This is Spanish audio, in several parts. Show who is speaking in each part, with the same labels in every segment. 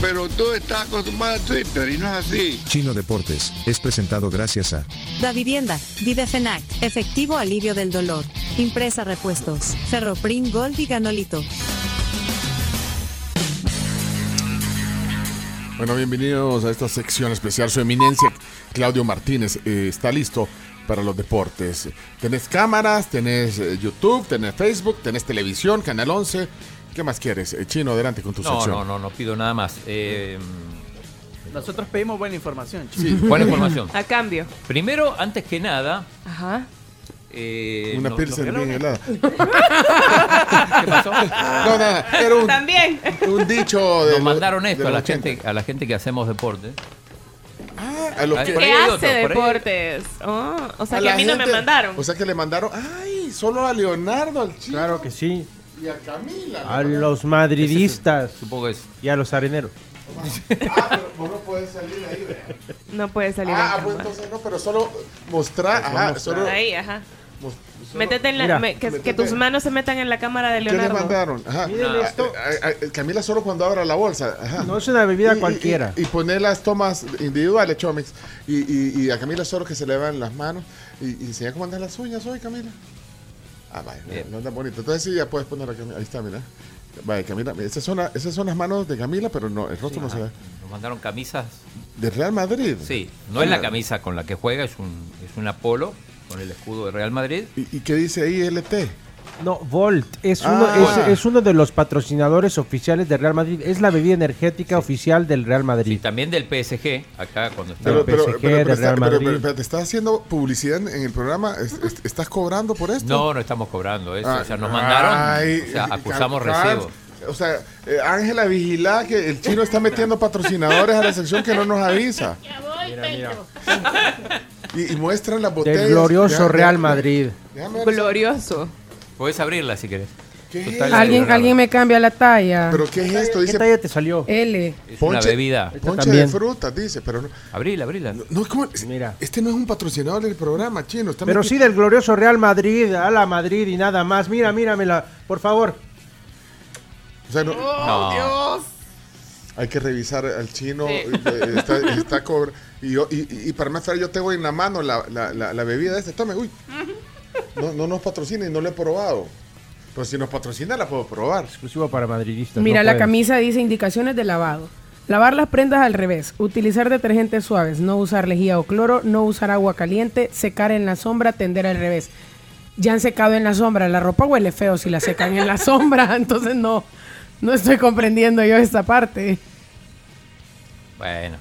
Speaker 1: Pero tú estás acostumbrado a Twitter y no es así.
Speaker 2: Chino Deportes es presentado gracias a
Speaker 3: Da Vivienda, Videfenac, Efectivo Alivio del Dolor, Impresa Repuestos, Ferroprim Gold y Ganolito.
Speaker 4: Bueno, bienvenidos a esta sección especial. Su eminencia, Claudio Martínez, eh, está listo para los deportes. Tenés cámaras, tenés eh, YouTube, tenés Facebook, tenés televisión, Canal 11. ¿Qué más quieres? Eh, Chino, adelante con tu
Speaker 5: No,
Speaker 4: sección.
Speaker 5: no, no, no pido nada más. Eh,
Speaker 6: Nosotros pedimos buena información, chicos.
Speaker 5: buena información.
Speaker 7: A cambio.
Speaker 5: Primero, antes que nada,
Speaker 7: Ajá.
Speaker 5: eh,
Speaker 4: Una
Speaker 5: nos-
Speaker 4: pilsen
Speaker 5: nos
Speaker 4: bien
Speaker 5: regalaron-
Speaker 4: helada.
Speaker 5: ¿Qué pasó?
Speaker 4: No, nada, era un,
Speaker 7: También.
Speaker 4: un dicho de.
Speaker 5: Nos
Speaker 4: lo-
Speaker 5: mandaron esto
Speaker 4: de
Speaker 5: a
Speaker 4: los
Speaker 5: la
Speaker 4: 80.
Speaker 5: gente, a la gente que hacemos deporte.
Speaker 4: Ah, a los
Speaker 5: Ay,
Speaker 4: que-
Speaker 5: por ahí
Speaker 7: ¿Qué
Speaker 5: hay
Speaker 7: hace
Speaker 5: otro, por ahí-
Speaker 7: deportes? Oh, o sea,
Speaker 4: a
Speaker 7: que
Speaker 4: la
Speaker 7: a mí no me
Speaker 4: gente-
Speaker 7: mandaron.
Speaker 4: O sea que le mandaron. ¡Ay! Solo a Leonardo, al chino.
Speaker 8: Claro que sí.
Speaker 4: Y a Camila. le
Speaker 8: A
Speaker 4: mandaron.
Speaker 8: los madridistas
Speaker 5: Supongo que es.
Speaker 8: y a los areneros.
Speaker 4: Ah, pero vos no podés salir ahí, ¿verdad?
Speaker 7: no puede salir.
Speaker 4: Ah,
Speaker 7: a
Speaker 4: pues
Speaker 7: cámara.
Speaker 4: entonces no, pero solo mostrar.
Speaker 8: Pues
Speaker 4: Ajá, solo.
Speaker 7: Ahí, ajá.
Speaker 4: mos- solo-
Speaker 7: Métete en la,
Speaker 8: Mira.
Speaker 7: me- que, que
Speaker 4: Métete.
Speaker 7: tus manos se metan en la cámara de
Speaker 4: ¿Qué le
Speaker 7: Leonardo.
Speaker 4: mandaron? Ajá.
Speaker 8: Miren
Speaker 4: Ah,
Speaker 8: esto.
Speaker 4: ah, ah, Camila solo cuando abra la bolsa. Ajá.
Speaker 8: No es una bebida
Speaker 4: Ah. Y- y-
Speaker 8: cualquiera.
Speaker 4: Y, poner las tomas individuales, Chomix. Y, y, y a Camila solo que se le van las manos. Y, y enseña cómo andan las uñas hoy, Camila. Ah, vaya,
Speaker 5: Bien.
Speaker 4: no andan bonito. Entonces sí, ya puedes poner a Camila. Ahí está, mira. Vaya, Camila, mira, esas son, la- esas son las manos de Camila, pero no, el rostro no se
Speaker 5: Ajá.
Speaker 4: ve.
Speaker 5: Nos mandaron camisas.
Speaker 4: ¿De Real Madrid?
Speaker 5: Sí, no es la camisa con la que juega, es un, es un Apolo con el escudo de Real Madrid.
Speaker 4: ¿Y, y qué dice ahí LT?
Speaker 8: No, Volt es
Speaker 4: Ah.
Speaker 8: uno, es, es uno de los patrocinadores oficiales de Real Madrid. Es la bebida energética oficial del Real
Speaker 5: Y
Speaker 8: Madrid.
Speaker 5: también del PSG, acá cuando está.
Speaker 4: Pero,
Speaker 8: Del
Speaker 4: pero,
Speaker 8: PSG,
Speaker 4: pero, pero
Speaker 8: del
Speaker 4: está-
Speaker 8: Real
Speaker 4: pero- pero-
Speaker 8: Madrid.
Speaker 4: pero te estás haciendo publicidad en- en el programa. ¿Es- es- ¿Estás cobrando por esto?
Speaker 5: No, no estamos cobrando eso.
Speaker 4: Ah,
Speaker 5: o sea, nos mandaron.
Speaker 4: ay,
Speaker 5: o sea, acusamos
Speaker 4: Car- Car-
Speaker 5: recibo.
Speaker 4: O sea, eh, Ángela, vigila que el chino está metiendo patrocinadores a la sección que no nos avisa. Y, y muestran las botellas.
Speaker 8: Del glorioso
Speaker 4: Déjame-
Speaker 8: Real
Speaker 4: déjame-
Speaker 8: Madrid.
Speaker 4: déjame ver esa-
Speaker 7: Glorioso.
Speaker 5: Puedes abrirla si querés.
Speaker 4: ¿Qué
Speaker 5: Tú
Speaker 4: es?
Speaker 5: estás en el
Speaker 9: Alguien,
Speaker 5: programa.
Speaker 9: alguien me cambia la talla.
Speaker 4: ¿Pero qué es esto?
Speaker 8: ¿Qué
Speaker 4: Dice Eh,
Speaker 8: talla te salió?
Speaker 9: L.
Speaker 5: Es
Speaker 4: Ponche-
Speaker 5: una bebida.
Speaker 4: ponche de
Speaker 8: También.
Speaker 4: frutas, dice, pero no.
Speaker 5: Abrila, abrila.
Speaker 4: no ¿cómo?
Speaker 8: Mira.
Speaker 4: Este no es un patrocinador del programa, chino. está
Speaker 8: Pero
Speaker 4: metido-
Speaker 8: sí del glorioso Real Madrid, a la Madrid y nada más. Mira, míramela, por favor.
Speaker 4: O sea, no-
Speaker 5: no.
Speaker 4: Hay que revisar al chino.
Speaker 7: Sí.
Speaker 4: eh, Está, está cobra- Y, yo- y, y para más feo, yo tengo en la mano la, la, la, la bebida esta. Tome, uy. No, no nos patrocina y no la he probado. Pero si nos patrocina, la puedo probar.
Speaker 8: Exclusivo para madridistas.
Speaker 9: Mira,
Speaker 8: no
Speaker 9: la
Speaker 8: puedes.
Speaker 9: camisa dice indicaciones de lavado. Lavar las prendas al revés, utilizar detergentes suaves, no usar lejía o cloro, no usar agua caliente, secar en la sombra, tender al revés. Ya han secado en la sombra, la ropa huele feo si la secan en la sombra, entonces no, no estoy comprendiendo yo esta parte.
Speaker 5: Bueno,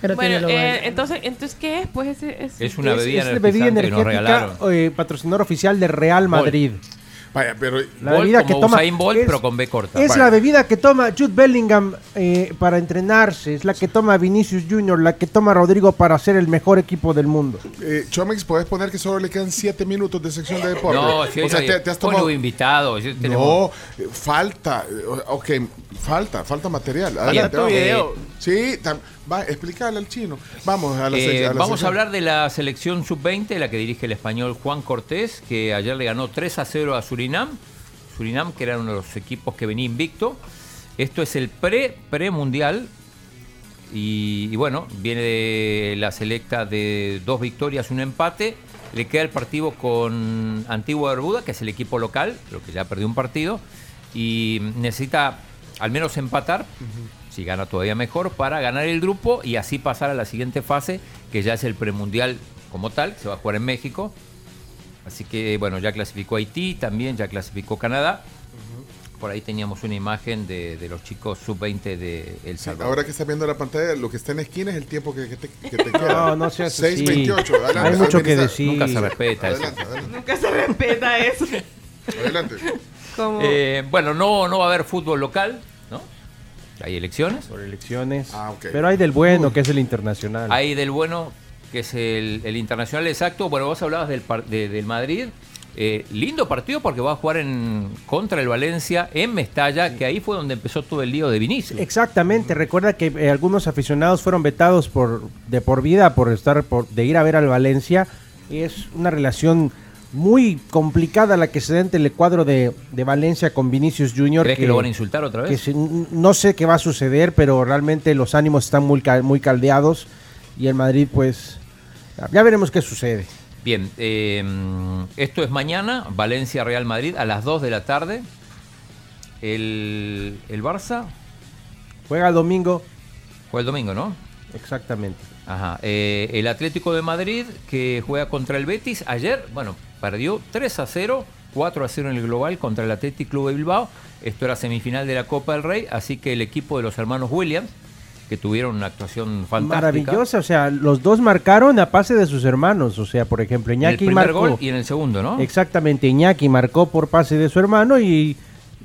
Speaker 9: Pero tiene
Speaker 7: Bueno,
Speaker 9: lo
Speaker 7: eh,
Speaker 9: válido.
Speaker 7: entonces, entonces, ¿qué es? Pues ese, ese-
Speaker 5: es una
Speaker 8: Es-
Speaker 5: bebida,
Speaker 8: es la bebida
Speaker 5: energizante que nos
Speaker 8: energética,
Speaker 5: regalaron.
Speaker 8: eh, patrocinador oficial de Real Madrid.
Speaker 4: Vaya, pero.
Speaker 8: La
Speaker 5: Bolt
Speaker 8: bebida que
Speaker 5: como
Speaker 8: toma
Speaker 5: Usain Bolt,
Speaker 8: es-
Speaker 5: pero con B corta.
Speaker 8: Es
Speaker 4: Vale.
Speaker 8: la bebida que toma Jude Bellingham eh, para entrenarse, es la que toma Vinicius Jr., la que toma Rodrigo para ser el mejor equipo del mundo.
Speaker 4: Eh, Chomex, puedes poner que solo le quedan 7 minutos de sección de deporte.
Speaker 5: No, si hoy
Speaker 4: o sea,
Speaker 5: no hay-
Speaker 4: te, te has
Speaker 5: hoy no
Speaker 4: tomado.
Speaker 5: hubo invitados. yo- tenemos-
Speaker 4: No, eh, falta. eh, Ok, falta, falta material.
Speaker 5: Oye,
Speaker 4: Adelante,
Speaker 5: tu
Speaker 4: vamos.
Speaker 5: video.
Speaker 4: Sí, tam- va, explícale al chino. Vamos a la,
Speaker 5: Eh,
Speaker 4: sec- la
Speaker 5: vamos a
Speaker 4: sección.
Speaker 5: hablar de la selección sub-20, la que dirige el español Juan Cortés, que ayer le ganó 3 a 0 a Surinam. Surinam, que era uno de los equipos que venía invicto. Esto es el pre- pre-mundial. y, y bueno, viene de la selecta de dos victorias, un empate. Le queda el partido con Antigua Barbuda, que es el equipo local, pero que ya perdió un partido. Y necesita al menos empatar, si gana todavía mejor, para ganar el grupo y así pasar a la siguiente fase, que ya es el premundial como tal, que se va a jugar en México. Así que bueno, ya clasificó Haití también, ya clasificó Canadá. Por ahí teníamos una imagen de, de los chicos sub-20 de El
Speaker 4: Sí,
Speaker 5: Salvador.
Speaker 4: ahora que estás viendo la pantalla, lo que está en la esquina es el tiempo que, que te, que te queda.
Speaker 8: No, no seas así.
Speaker 4: 6.28, adelante.
Speaker 8: Hay mucho que
Speaker 4: Almirza,
Speaker 8: decir.
Speaker 5: Nunca se respeta eso.
Speaker 4: Adelante, adelante.
Speaker 7: Nunca se respeta eso.
Speaker 4: adelante.
Speaker 7: Como...
Speaker 5: Eh, bueno, no, no va a haber fútbol local, ¿no? Hay elecciones.
Speaker 8: Por elecciones.
Speaker 4: Ah, ok.
Speaker 8: Pero hay del bueno, que es el internacional.
Speaker 5: Hay del bueno que es el, el internacional exacto. Bueno, vos hablabas del, par- de- del Madrid. Eh, lindo partido porque va a jugar en contra el Valencia en Mestalla, que ahí fue donde empezó todo el lío de Vinicius.
Speaker 8: Exactamente, recuerda que eh, algunos aficionados fueron vetados por de por vida por estar por de ir a ver al Valencia. Es una relación muy complicada la que se da entre el cuadro de, de Valencia con Vinicius Junior.
Speaker 5: ¿Crees que lo van a insultar otra vez?
Speaker 8: que se- no sé qué va a suceder, pero realmente los ánimos están muy cal- muy caldeados y el Madrid pues ya veremos qué sucede.
Speaker 5: Bien, eh, esto es mañana, Valencia Real Madrid a las 2 de la tarde. El, el Barça
Speaker 8: Juega el domingo,
Speaker 5: juega el domingo, ¿no?
Speaker 8: exactamente.
Speaker 5: Ajá. eh, el Atlético de Madrid que juega contra el Betis. Ayer, bueno, perdió 3 a 0, 4 a 0 en el global contra el Atlético Club de Bilbao. Esto era semifinal de la Copa del Rey, así que el equipo de los hermanos Williams, que tuvieron una actuación fantástica.
Speaker 8: Maravillosa, o sea, los dos marcaron a pase de sus hermanos, o sea, por ejemplo,
Speaker 5: En el
Speaker 8: Iñaki
Speaker 5: primer
Speaker 8: marcó
Speaker 5: gol y en el segundo, ¿no?
Speaker 8: Exactamente, Iñaki marcó por pase de su hermano y,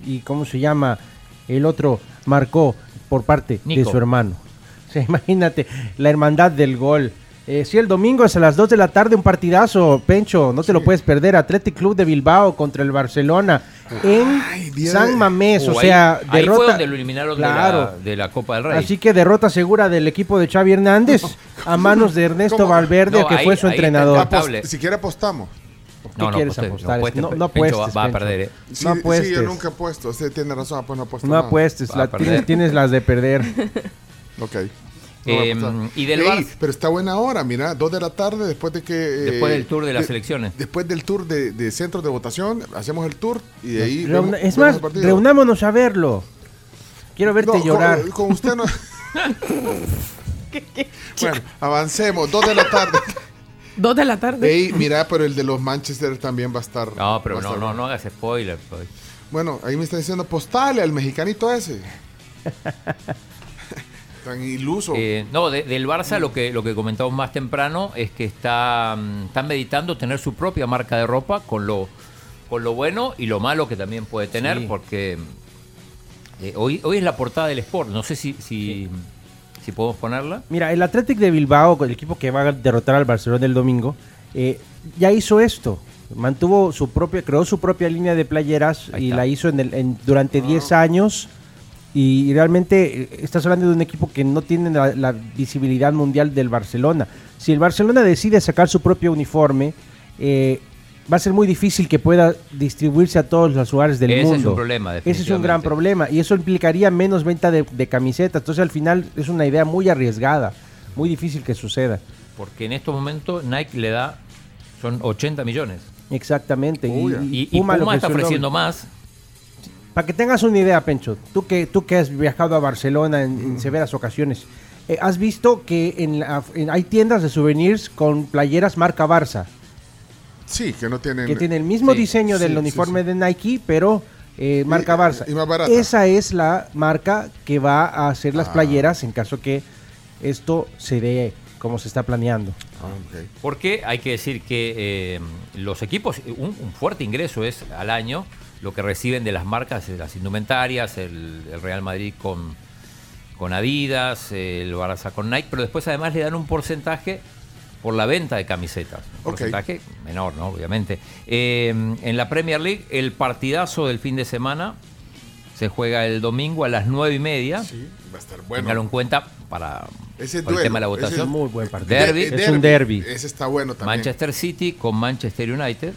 Speaker 8: y ¿cómo se llama? El otro marcó por parte de
Speaker 5: Nico.
Speaker 8: su hermano. O sea, imagínate la hermandad del gol. Eh, sí, el domingo es a las 2 de la tarde un partidazo, Pencho, no te lo puedes perder. Athletic Club de Bilbao contra el Barcelona en San Mamés,
Speaker 5: Uh,
Speaker 8: o
Speaker 5: ahí-
Speaker 8: sea,
Speaker 5: ahí, fue
Speaker 8: derrota-
Speaker 5: donde lo eliminaron de la-
Speaker 8: Claro.
Speaker 5: de, la, Copa del Rey.
Speaker 8: Así que derrota segura del equipo de Xavi Hernández a manos de Ernesto Valverde,
Speaker 5: No,
Speaker 8: que
Speaker 5: ahí-
Speaker 8: fue su
Speaker 5: ahí está
Speaker 8: entrenador.
Speaker 5: intratable.
Speaker 4: pues, Si quiere apostamos.
Speaker 5: No, no
Speaker 8: quieres
Speaker 5: aposté, no
Speaker 8: apostar?
Speaker 5: apueste,
Speaker 8: No-
Speaker 5: Pe-
Speaker 8: no
Speaker 5: Pencho va-
Speaker 8: apuestes,
Speaker 5: va a
Speaker 8: Pencho.
Speaker 5: perder. eh.
Speaker 4: Sí,
Speaker 8: No
Speaker 4: sí,
Speaker 8: apuestes.
Speaker 4: yo nunca apuesto. Usted tiene razón, pues no apuesto.
Speaker 8: No
Speaker 4: nada.
Speaker 8: apuestes,
Speaker 5: Va
Speaker 8: la
Speaker 5: a
Speaker 8: tienes,
Speaker 5: perder.
Speaker 8: tienes las de perder.
Speaker 4: Ok.
Speaker 5: Eh, y del
Speaker 4: Ey,
Speaker 5: Barça-
Speaker 4: Pero está buena hora, mira, dos de la tarde después de que. eh,
Speaker 5: Después del tour de las elecciones.
Speaker 4: Después del tour de, de centros de votación, hacemos el tour y de ahí.
Speaker 8: Reuna-
Speaker 4: vemos-
Speaker 8: es
Speaker 4: vemos
Speaker 8: más,
Speaker 4: el partido.
Speaker 8: reunámonos a verlo. Quiero verte
Speaker 4: No, eh, con-
Speaker 8: llorar.
Speaker 4: Con, usted no. bueno, avancemos, dos de la tarde.
Speaker 9: Dos de la tarde.
Speaker 4: Ey, mira, pero el de los Manchester también va a estar.
Speaker 5: No, pero
Speaker 4: va a
Speaker 5: no,
Speaker 4: estar
Speaker 5: no,
Speaker 4: bueno.
Speaker 5: no hagas spoiler. pues.
Speaker 4: Bueno, ahí me está diciendo postale al mexicanito ese. Tan iluso.
Speaker 5: Eh, no, de- del Barça lo que, lo que comentamos más temprano es que está, mm, están meditando tener su propia marca de ropa con lo, con lo bueno y lo malo que también puede tener,
Speaker 8: Sí.
Speaker 5: porque eh, hoy, hoy es la portada del Sport. No sé si, si, si podemos ponerla.
Speaker 8: Mira, el Athletic de Bilbao, el equipo que va a derrotar al Barcelona el domingo, eh, ya hizo esto. Mantuvo su propia, creó su propia línea de playeras
Speaker 5: Ahí
Speaker 8: y
Speaker 5: está.
Speaker 8: la hizo en el- en- durante 10
Speaker 4: Ah.
Speaker 8: años. Y, realmente eh, estás hablando de un equipo que no tiene la, la visibilidad mundial del Barcelona. Si el Barcelona decide sacar su propio uniforme, eh, va a ser muy difícil que pueda distribuirse a todos los lugares del
Speaker 5: Ese es
Speaker 8: mundo.
Speaker 5: un problema,
Speaker 8: Ese es un gran
Speaker 5: definitivamente.
Speaker 8: problema y eso implicaría menos venta de, de camisetas. Entonces al final es una idea muy arriesgada, muy difícil que suceda.
Speaker 5: Porque en estos momentos Nike le da, son 80 millones.
Speaker 8: Exactamente.
Speaker 5: Y, y Puma, está ofreciendo más.
Speaker 8: Para que tengas una idea, Pencho, tú que, tú que has viajado a Barcelona en, en severas ocasiones, eh, has visto que en la- en- hay tiendas de souvenirs con playeras marca Barça,
Speaker 4: Sí, que no tienen.
Speaker 8: que tienen el mismo
Speaker 5: sí,
Speaker 8: diseño del
Speaker 4: sí, sí,
Speaker 8: uniforme de Nike, pero eh, marca Barça.
Speaker 4: y más barata.
Speaker 8: Esa es la marca que va a hacer las
Speaker 4: Ah.
Speaker 8: playeras en caso que esto se dé como se está planeando.
Speaker 4: Ah, ok.
Speaker 5: Porque hay que decir que eh, los equipos, un, un fuerte ingreso es al año lo que reciben de las marcas, eh, las indumentarias, el, el Real Madrid con, con Adidas, el Barça con Nike, pero después además le dan un porcentaje por la venta de camisetas. Un
Speaker 4: Ok.
Speaker 5: porcentaje menor, ¿no? Obviamente. Eh, en la Premier League, el partidazo del fin de semana se juega el domingo a las nueve y media.
Speaker 4: Sí, va a estar
Speaker 5: Téngalo en
Speaker 4: bueno.
Speaker 5: cuenta para,
Speaker 4: Ese
Speaker 5: para el tema de la
Speaker 4: duelo, ese
Speaker 5: votación.
Speaker 4: es
Speaker 8: Muy buen partido.
Speaker 5: Derby.
Speaker 4: Eh,
Speaker 8: Es un derbi.
Speaker 4: Ese está bueno también.
Speaker 5: Manchester City con Manchester United.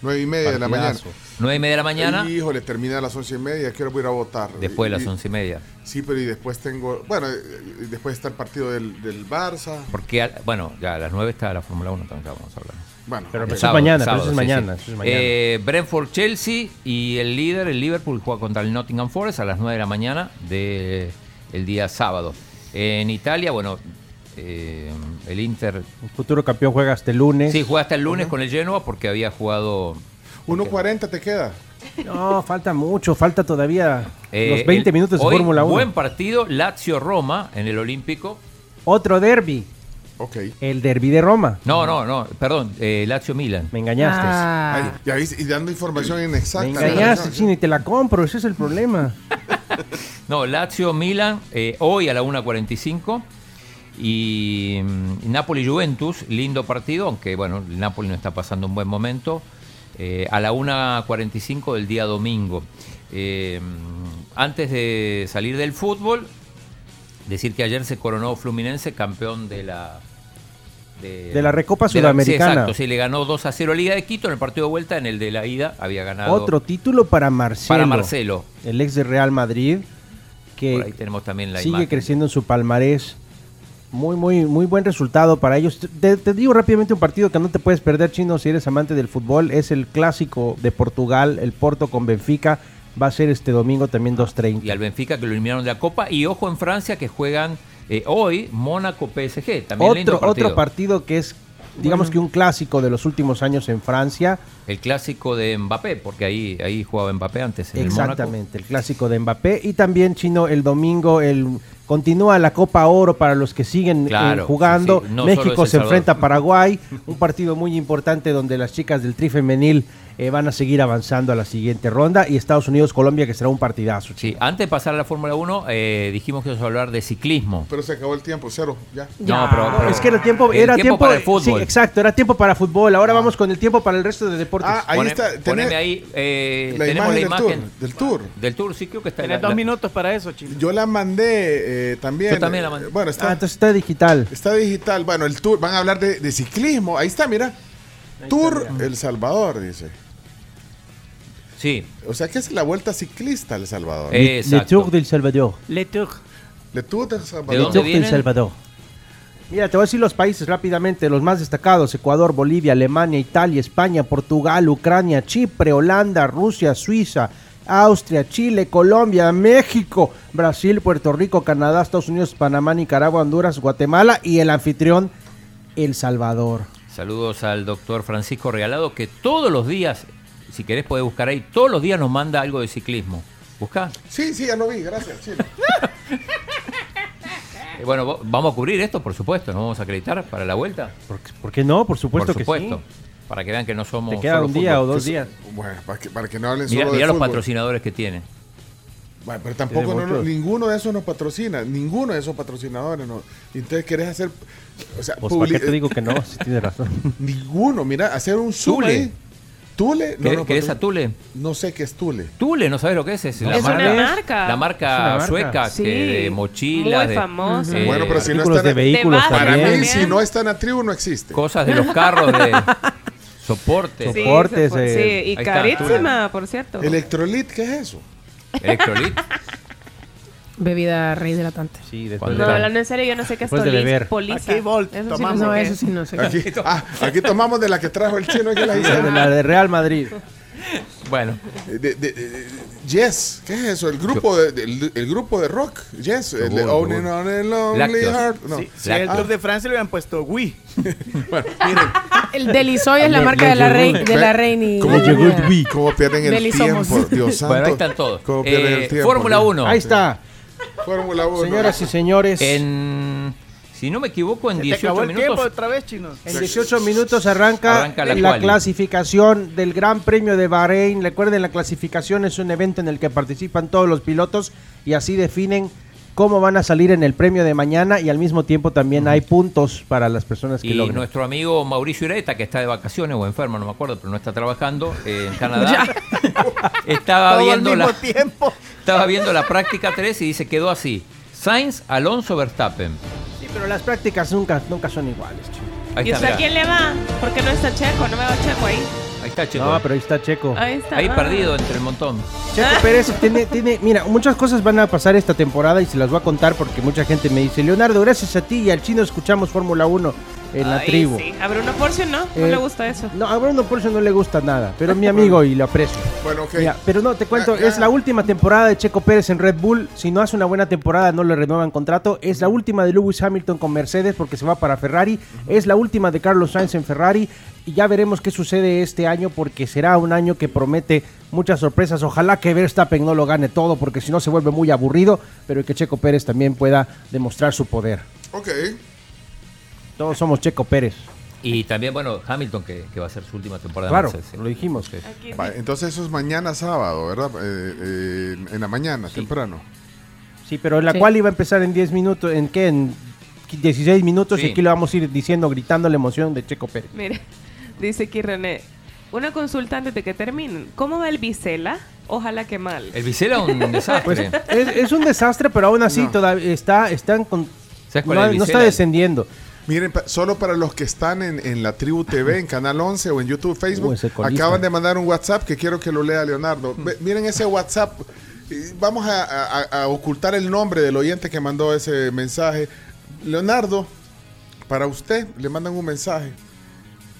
Speaker 4: Nueve y media de la mañana.
Speaker 5: Partidazo. 9 y media de la mañana,
Speaker 4: Híjole, termina a las once y media. Quiero ir a votar.
Speaker 5: después de
Speaker 4: Y-
Speaker 5: las once y media.
Speaker 4: Sí, pero y después tengo. Bueno, eh, eh, después está el partido del, del Barça.
Speaker 5: Porque, al- bueno, ya a las 9 está la Fórmula 1, también ya vamos a hablar.
Speaker 4: Bueno,
Speaker 8: Pero
Speaker 5: El
Speaker 8: eso es
Speaker 5: sábado, el
Speaker 8: mañana, pero
Speaker 5: sábado,
Speaker 8: eso es
Speaker 5: sí,
Speaker 8: mañana,
Speaker 5: sí.
Speaker 8: eso es mañana.
Speaker 5: Eh, Brentford Chelsea y el líder, el Liverpool, juega contra el Nottingham Forest a las 9 de la mañana del día sábado. En Italia, bueno, eh, el Inter.
Speaker 8: El futuro campeón juega hasta el lunes.
Speaker 5: Sí, juega hasta el lunes con el Genoa porque había jugado
Speaker 4: 1.40 te queda.
Speaker 8: No, falta mucho, falta todavía
Speaker 5: eh,
Speaker 8: los 20
Speaker 5: el-
Speaker 8: minutos de
Speaker 5: hoy,
Speaker 8: Fórmula 1.
Speaker 5: Buen partido, Lazio-Roma en el Olímpico.
Speaker 8: Otro derby,
Speaker 4: Ok.
Speaker 8: el derby de Roma.
Speaker 5: No, no, no, perdón, eh, Lazio-Milan.
Speaker 8: Me engañaste.
Speaker 4: Ahí,
Speaker 9: Ah,
Speaker 4: ya viste, y dando información
Speaker 8: Me
Speaker 4: inexacta.
Speaker 8: engañaste,
Speaker 4: Sí.
Speaker 8: Chini, te la compro, ese es el problema.
Speaker 5: No, Lazio Milan eh, hoy a la 1.45. Y mm, Napoli-Juventus, lindo partido, aunque bueno, el Napoli no está pasando un buen momento. eh, a la 1.45 del día domingo. Eh, antes de salir del fútbol, decir que ayer se coronó Fluminense campeón de la...
Speaker 8: De la Recopa
Speaker 5: de la- sí,
Speaker 8: Sudamericana.
Speaker 5: exacto, sí, le ganó 2 a 0 a Liga de Quito en el partido de vuelta, en el de la ida había ganado.
Speaker 8: Otro título para Marcelo.
Speaker 5: Para Marcelo.
Speaker 8: El ex de Real Madrid,
Speaker 5: Por ahí
Speaker 8: que
Speaker 5: tenemos también la
Speaker 8: sigue
Speaker 5: imagen.
Speaker 8: creciendo en su palmarés. Muy, muy, muy buen resultado para ellos. Te, te digo rápidamente un partido que no te puedes perder, Chino, si eres amante del fútbol. Es el clásico de Portugal, el Porto con Benfica. Va a ser este domingo también 2.30.
Speaker 5: y al Benfica que lo eliminaron de la Copa. Y ojo en Francia que juegan eh, hoy Mónaco PSG. También lindo
Speaker 8: Otro,
Speaker 5: partido.
Speaker 8: otro partido que es, digamos que un clásico de los últimos años en Francia.
Speaker 5: El clásico de Mbappé, porque ahí, ahí jugaba Mbappé antes. En
Speaker 8: Exactamente, el clásico de Mbappé. Y también, Chino, el domingo el continúa la Copa Oro para los que siguen eh,
Speaker 5: Claro,
Speaker 8: jugando.
Speaker 5: sí, sí. No solo es
Speaker 8: México
Speaker 5: El
Speaker 8: se
Speaker 5: Salvador.
Speaker 8: enfrenta a Paraguay, un partido muy importante donde las chicas del tri femenil eh, van a seguir avanzando a la siguiente ronda. Y Estados Unidos-Colombia, que será un partidazo.
Speaker 5: Sí, antes de pasar a la Fórmula 1, eh, dijimos que íbamos a hablar de ciclismo.
Speaker 4: Pero se acabó el tiempo, cero, ya.
Speaker 5: No, pero- pero-
Speaker 8: es que era tiempo,
Speaker 5: el
Speaker 8: era
Speaker 5: tiempo
Speaker 8: tiempo,
Speaker 5: para el fútbol. Ah.
Speaker 8: Sí, exacto, era tiempo para fútbol. Ahora vamos con el tiempo para el resto de deportes.
Speaker 4: Ah, ahí
Speaker 5: Pone-
Speaker 4: está.
Speaker 5: poneme
Speaker 4: tenés
Speaker 5: ahí, eh,
Speaker 4: la
Speaker 5: tenemos
Speaker 4: imagen
Speaker 5: la
Speaker 4: del
Speaker 5: imagen.
Speaker 4: tour, del tour.
Speaker 5: Del Tour, sí creo que está en
Speaker 6: Tienes
Speaker 5: la-
Speaker 6: dos
Speaker 5: la-
Speaker 6: minutos para eso, chino.
Speaker 4: Yo la mandé eh, también.
Speaker 5: Yo también la mandé.
Speaker 4: Eh, Bueno, está,
Speaker 8: Ah, entonces está digital.
Speaker 4: está digital. Bueno, el tour. Van a hablar de, de ciclismo. Ahí está, mira. tour El Salvador, dice.
Speaker 5: Sí,
Speaker 4: O sea que es la vuelta ciclista El Salvador.
Speaker 5: Eh,
Speaker 8: Le
Speaker 5: exacto.
Speaker 8: Tour del Salvador.
Speaker 6: Le Tour.
Speaker 4: Le Tour del
Speaker 5: ¿De
Speaker 4: Salvador.
Speaker 5: dónde
Speaker 8: Tour del
Speaker 5: vienen?
Speaker 8: Salvador. Mira, te voy a decir los países rápidamente, los más destacados, Ecuador, Bolivia, Alemania, Italia, España, Portugal, Ucrania, Chipre, Holanda, Rusia, Suiza, Austria, Chile, Colombia, México, Brasil, Puerto Rico, Canadá, Estados Unidos, Panamá, Nicaragua, Honduras, Guatemala y el anfitrión, El Salvador.
Speaker 5: Saludos al doctor Francisco Regalado, que todos los días, si querés podés buscar ahí, todos los días nos manda algo de ciclismo. Buscá.
Speaker 4: Sí, sí, ya lo vi. Gracias. sí.
Speaker 5: Eh, bueno, vo- vamos a cubrir esto, por supuesto, nos vamos a acreditar para la vuelta.
Speaker 8: ¿Por, por qué no? Por supuesto
Speaker 5: por supuesto. Para que vean que no
Speaker 8: que
Speaker 5: somos.
Speaker 8: sí. Te queda
Speaker 5: solo
Speaker 8: un día o
Speaker 5: fútbol.
Speaker 8: dos días.
Speaker 4: Bueno, para que, para que no hablen
Speaker 5: Mirá,
Speaker 4: solo
Speaker 5: mirá
Speaker 4: de
Speaker 5: los
Speaker 4: fútbol.
Speaker 5: patrocinadores que tiene.
Speaker 4: Bueno, pero tampoco
Speaker 8: Tiene
Speaker 4: no-
Speaker 8: muchos.
Speaker 4: ninguno de esos nos patrocina, ninguno de esos patrocinadores. No. Y Entonces querés hacer, o sea,
Speaker 8: Pues, ¿para qué
Speaker 4: publi-
Speaker 8: te digo que no? Si tienes razón.
Speaker 4: Pues ninguno, mira, hacer un zoom
Speaker 5: Tule.
Speaker 4: ahí. Tule,
Speaker 5: ¿Querés,
Speaker 4: nos
Speaker 5: querés
Speaker 4: patrocina.
Speaker 5: a Tule?
Speaker 4: No sé qué es Tule.
Speaker 5: Tule, ¿no sabes lo que es? Es, la,
Speaker 7: Es una marca.
Speaker 5: la marca
Speaker 8: Es una marca.
Speaker 5: sueca
Speaker 7: Sí,
Speaker 5: que de mochilas.
Speaker 7: muy
Speaker 5: de-
Speaker 7: famosa.
Speaker 5: eh,
Speaker 4: Bueno, pero si no
Speaker 8: Artículos
Speaker 4: están
Speaker 8: de
Speaker 4: en-
Speaker 8: vehículos
Speaker 7: Te vas
Speaker 4: para
Speaker 8: también.
Speaker 4: mí
Speaker 7: también.
Speaker 4: si no están a tribu no existe.
Speaker 5: Cosas de los carros de soporte.
Speaker 7: Sí,
Speaker 8: Soportes,
Speaker 7: sopo-
Speaker 8: eh,
Speaker 7: sí, y
Speaker 5: ahí está,
Speaker 7: carísima, por cierto.
Speaker 4: Electrolit, ¿qué es eso?
Speaker 5: Electrolit.
Speaker 9: Bebida rehidratante.
Speaker 8: Sí,
Speaker 5: después
Speaker 8: después
Speaker 7: No,
Speaker 5: de-
Speaker 7: hablando en serio, yo no sé qué es
Speaker 8: Después de
Speaker 7: tolis-
Speaker 8: beber.
Speaker 7: poliza.
Speaker 6: Aquí Volt
Speaker 7: Eso sí
Speaker 6: tomamos.
Speaker 7: no,
Speaker 9: No,
Speaker 7: sé qué
Speaker 9: eso
Speaker 7: es.
Speaker 9: sí no sé.
Speaker 4: Aquí, ah, aquí tomamos de la que trajo el chino aquí la
Speaker 8: de
Speaker 4: isla.
Speaker 8: la de Real Madrid.
Speaker 5: Bueno,
Speaker 4: De- de- de- yes, ¿qué es eso? El grupo de, del- el grupo de rock. Yes, el de
Speaker 5: Seguro,
Speaker 4: Only
Speaker 5: seguro.
Speaker 4: on a Lonely
Speaker 5: Lácteos.
Speaker 4: Heart. No.
Speaker 6: Si si era el
Speaker 5: Ah.
Speaker 6: Tour de Francia le habían puesto Wii.
Speaker 4: Bueno, miren.
Speaker 9: El Delisoy es la
Speaker 8: Le-
Speaker 9: marca
Speaker 8: le
Speaker 9: de la,
Speaker 8: llegó
Speaker 9: rei,
Speaker 8: el-
Speaker 9: de la reina.
Speaker 4: ¿Cómo,
Speaker 8: llegó el
Speaker 9: Inglaterra.
Speaker 4: cómo pierden el
Speaker 9: Deli
Speaker 4: tiempo?
Speaker 9: somos.
Speaker 4: Dios santo.
Speaker 5: bueno, ahí están todos.
Speaker 4: ¿Cómo pierden
Speaker 5: Eh,
Speaker 4: el tiempo?
Speaker 5: Fórmula
Speaker 4: Dios?
Speaker 5: 1.
Speaker 8: Ahí está.
Speaker 4: Fórmula 1.
Speaker 8: Señoras y señores.
Speaker 5: En, si no me equivoco, en
Speaker 6: Se te
Speaker 5: 18
Speaker 6: acabó el tiempo
Speaker 5: minutos
Speaker 6: otra vez, chino.
Speaker 8: En 18 minutos arranca,
Speaker 5: Arranca la
Speaker 8: la,
Speaker 5: quali.
Speaker 8: clasificación del Gran Premio de Bahrein. Recuerden, la clasificación es un evento en el que participan todos los pilotos y así definen cómo van a salir en el premio de mañana y al mismo tiempo también hay puntos para las personas que
Speaker 5: Y
Speaker 8: logran.
Speaker 5: nuestro amigo Mauricio Ireta, que está de vacaciones o enfermo, no me acuerdo, pero no está trabajando eh, en Canadá, estaba,
Speaker 6: Todo al
Speaker 5: viendo
Speaker 6: mismo
Speaker 5: la,
Speaker 6: tiempo.
Speaker 5: estaba viendo la práctica 3 y dice quedó así. Sainz, Alonso, Verstappen.
Speaker 8: Sí, pero las prácticas nunca, nunca son iguales. chico.
Speaker 5: Ahí
Speaker 7: ¿Y
Speaker 5: está,
Speaker 7: usted
Speaker 5: mirá.
Speaker 7: a quién le va? ¿Por qué no está Checo? No me va Checo ahí.
Speaker 5: ahí está Checo.
Speaker 8: No, pero ahí está Checo.
Speaker 7: Ahí está.
Speaker 5: Ahí
Speaker 7: ah.
Speaker 5: perdido entre el montón.
Speaker 8: Checo Pérez tiene, tiene, mira, muchas cosas van a pasar esta temporada y se las voy a contar porque mucha gente me dice, Leonardo, gracias a ti y al chino escuchamos Fórmula 1 en la
Speaker 7: Ay,
Speaker 8: tribu.
Speaker 7: sí. A Bruno Porcio no, no
Speaker 8: Eh,
Speaker 7: le gusta eso.
Speaker 8: No, a Bruno Pulso no le gusta nada, pero es mi amigo y lo aprecio.
Speaker 4: Bueno, ok.
Speaker 8: Mira, pero no, te cuento,
Speaker 4: Ya, ya.
Speaker 8: es la última temporada de Checo Pérez en Red Bull. Si no hace una buena temporada, no le renuevan contrato. Es la última de Lewis Hamilton con Mercedes porque se va para Ferrari. Es la última de Carlos Sainz en Ferrari. Y ya veremos qué sucede este año porque será un año que promete muchas sorpresas. Ojalá que Verstappen no lo gane todo porque si no se vuelve muy aburrido, pero que Checo Pérez también pueda demostrar su poder.
Speaker 4: Ok.
Speaker 8: Todos somos Checo Pérez.
Speaker 5: Y también, bueno, Hamilton, que, que va a ser su última temporada. en
Speaker 8: Claro,
Speaker 5: Mercedes, ¿eh? sí.
Speaker 8: lo dijimos.
Speaker 7: Aquí
Speaker 4: Va, entonces eso es mañana sábado, ¿verdad? Eh, eh, en- en la mañana, temprano.
Speaker 8: Sí, pero la
Speaker 9: Sí.
Speaker 8: cual iba a empezar en 10 minutos, ¿en qué? En 16 minutos
Speaker 7: Sí.
Speaker 8: y aquí le vamos a ir diciendo, gritando la emoción de Checo Pérez.
Speaker 7: Mira, dice aquí René, una consulta antes de que terminen. ¿Cómo va el Vicela? Ojalá que mal.
Speaker 5: El Vicela es un
Speaker 8: Pues,
Speaker 5: desastre.
Speaker 8: es, es un desastre, pero aún así todavía está, están con,
Speaker 5: ¿Sabes cuál
Speaker 8: no,
Speaker 5: es el
Speaker 8: no está
Speaker 5: Vicela?
Speaker 8: descendiendo.
Speaker 4: Miren, pa- solo para los que están en, en la Tribu TV, en Canal 11 o en YouTube,
Speaker 8: Uh,
Speaker 4: Facebook,
Speaker 8: ese colista.
Speaker 4: acaban de mandar un WhatsApp que quiero que lo lea Leonardo. Ve- miren ese WhatsApp. Eh, Vamos a, a- a ocultar el nombre del oyente que mandó ese mensaje. Leonardo, para usted le mandan un mensaje.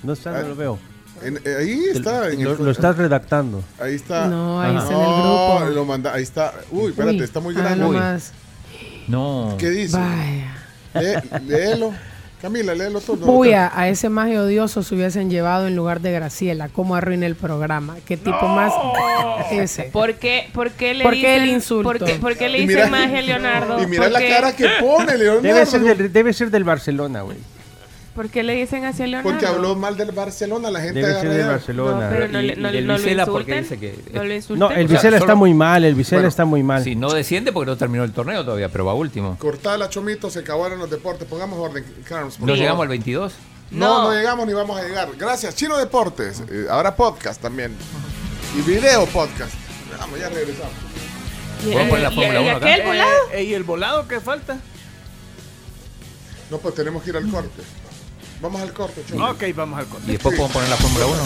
Speaker 8: No está, no
Speaker 4: Ah,
Speaker 8: lo veo.
Speaker 4: En- eh, ahí está. en el
Speaker 8: Lo,
Speaker 4: co-
Speaker 8: lo estás redactando.
Speaker 4: Ahí está. Ah,
Speaker 9: No, ahí
Speaker 8: está en
Speaker 9: el
Speaker 4: No,
Speaker 9: grupo.
Speaker 4: lo manda- ahí está. Uy, espérate,
Speaker 9: Uy,
Speaker 4: está muy
Speaker 9: ah,
Speaker 4: grande.
Speaker 9: no más.
Speaker 5: No.
Speaker 4: ¿Qué dice?
Speaker 9: Vaya.
Speaker 4: Lé- léelo. Camila, léelo tú. no lo
Speaker 9: Puya, a ese maje odioso se hubiesen llevado en lugar de Graciela. ¿Cómo arruina el programa? ¿Qué tipo más ese?
Speaker 7: ¿Por qué, por qué le
Speaker 9: ¿Por
Speaker 7: dicen,
Speaker 9: qué el insulto?
Speaker 7: ¿Por qué, por qué le
Speaker 9: Y
Speaker 7: dicen
Speaker 9: mira-
Speaker 7: magia a Leonardo?
Speaker 4: Y mira
Speaker 7: ¿Por
Speaker 4: la
Speaker 7: qué-
Speaker 4: cara que pone Leonardo.
Speaker 8: Debe ser del, debe ser del Barcelona, güey.
Speaker 7: ¿Por qué le dicen así a Leonardo?
Speaker 4: Porque habló mal del Barcelona, la gente
Speaker 8: Debe ser
Speaker 4: agarra
Speaker 8: del
Speaker 4: ya.
Speaker 8: Barcelona.
Speaker 7: Pero no, le-
Speaker 5: Y-
Speaker 7: no,
Speaker 5: y del
Speaker 7: no lo
Speaker 5: Vicela, porque
Speaker 7: insulten.
Speaker 5: dice que-
Speaker 7: No lo
Speaker 8: No,
Speaker 7: insulten.
Speaker 8: el
Speaker 5: O sea,
Speaker 8: Vicela está
Speaker 5: solo-
Speaker 8: muy mal, el Vicela
Speaker 5: Bueno,
Speaker 8: está muy mal.
Speaker 5: Sí, no desciende porque no terminó el torneo todavía, pero va último.
Speaker 4: Cortala, Chomito, se acabaron los deportes. Pongamos orden, Carms. por
Speaker 5: ¿No
Speaker 4: favor.
Speaker 5: llegamos al 22?
Speaker 4: No, no, llegamos ni vamos a llegar. Gracias, Chino Deportes. Eh, ahora podcast también. Y video podcast. Vamos, ya regresamos.
Speaker 10: ¿Podemos poner la
Speaker 7: ¿Y-
Speaker 10: Fórmula
Speaker 7: y
Speaker 10: 1 acá?
Speaker 7: aquel volado?
Speaker 11: Eh, ¿Y el volado que falta?
Speaker 4: No, pues tenemos que ir al corte. Vamos al corte, Chomito.
Speaker 11: Ok, vamos al corte.
Speaker 5: Y después podemos poner la Fórmula 1.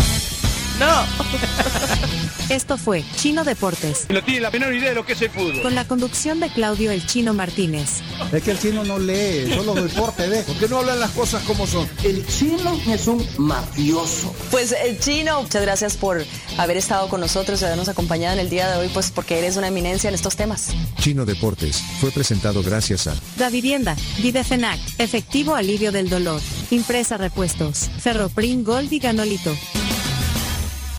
Speaker 3: Esto fue Chino Deportes,
Speaker 12: No tiene la menor idea de lo que es el fútbol.
Speaker 3: con la conducción de Claudio El Chino Martínez.
Speaker 2: Es que el chino no lee, solo deporte de. ¿Por qué no hablan las cosas como son? El chino es un mafioso.
Speaker 13: Pues eh, Chino, muchas gracias por haber estado con nosotros y habernos acompañado en el día de hoy, pues porque eres una eminencia en estos temas.
Speaker 14: Chino Deportes fue presentado gracias a
Speaker 3: Da Vivienda, Videfenac, Efectivo Alivio del Dolor, Impresa Repuestos, Ferroprim Gold y Ganolito.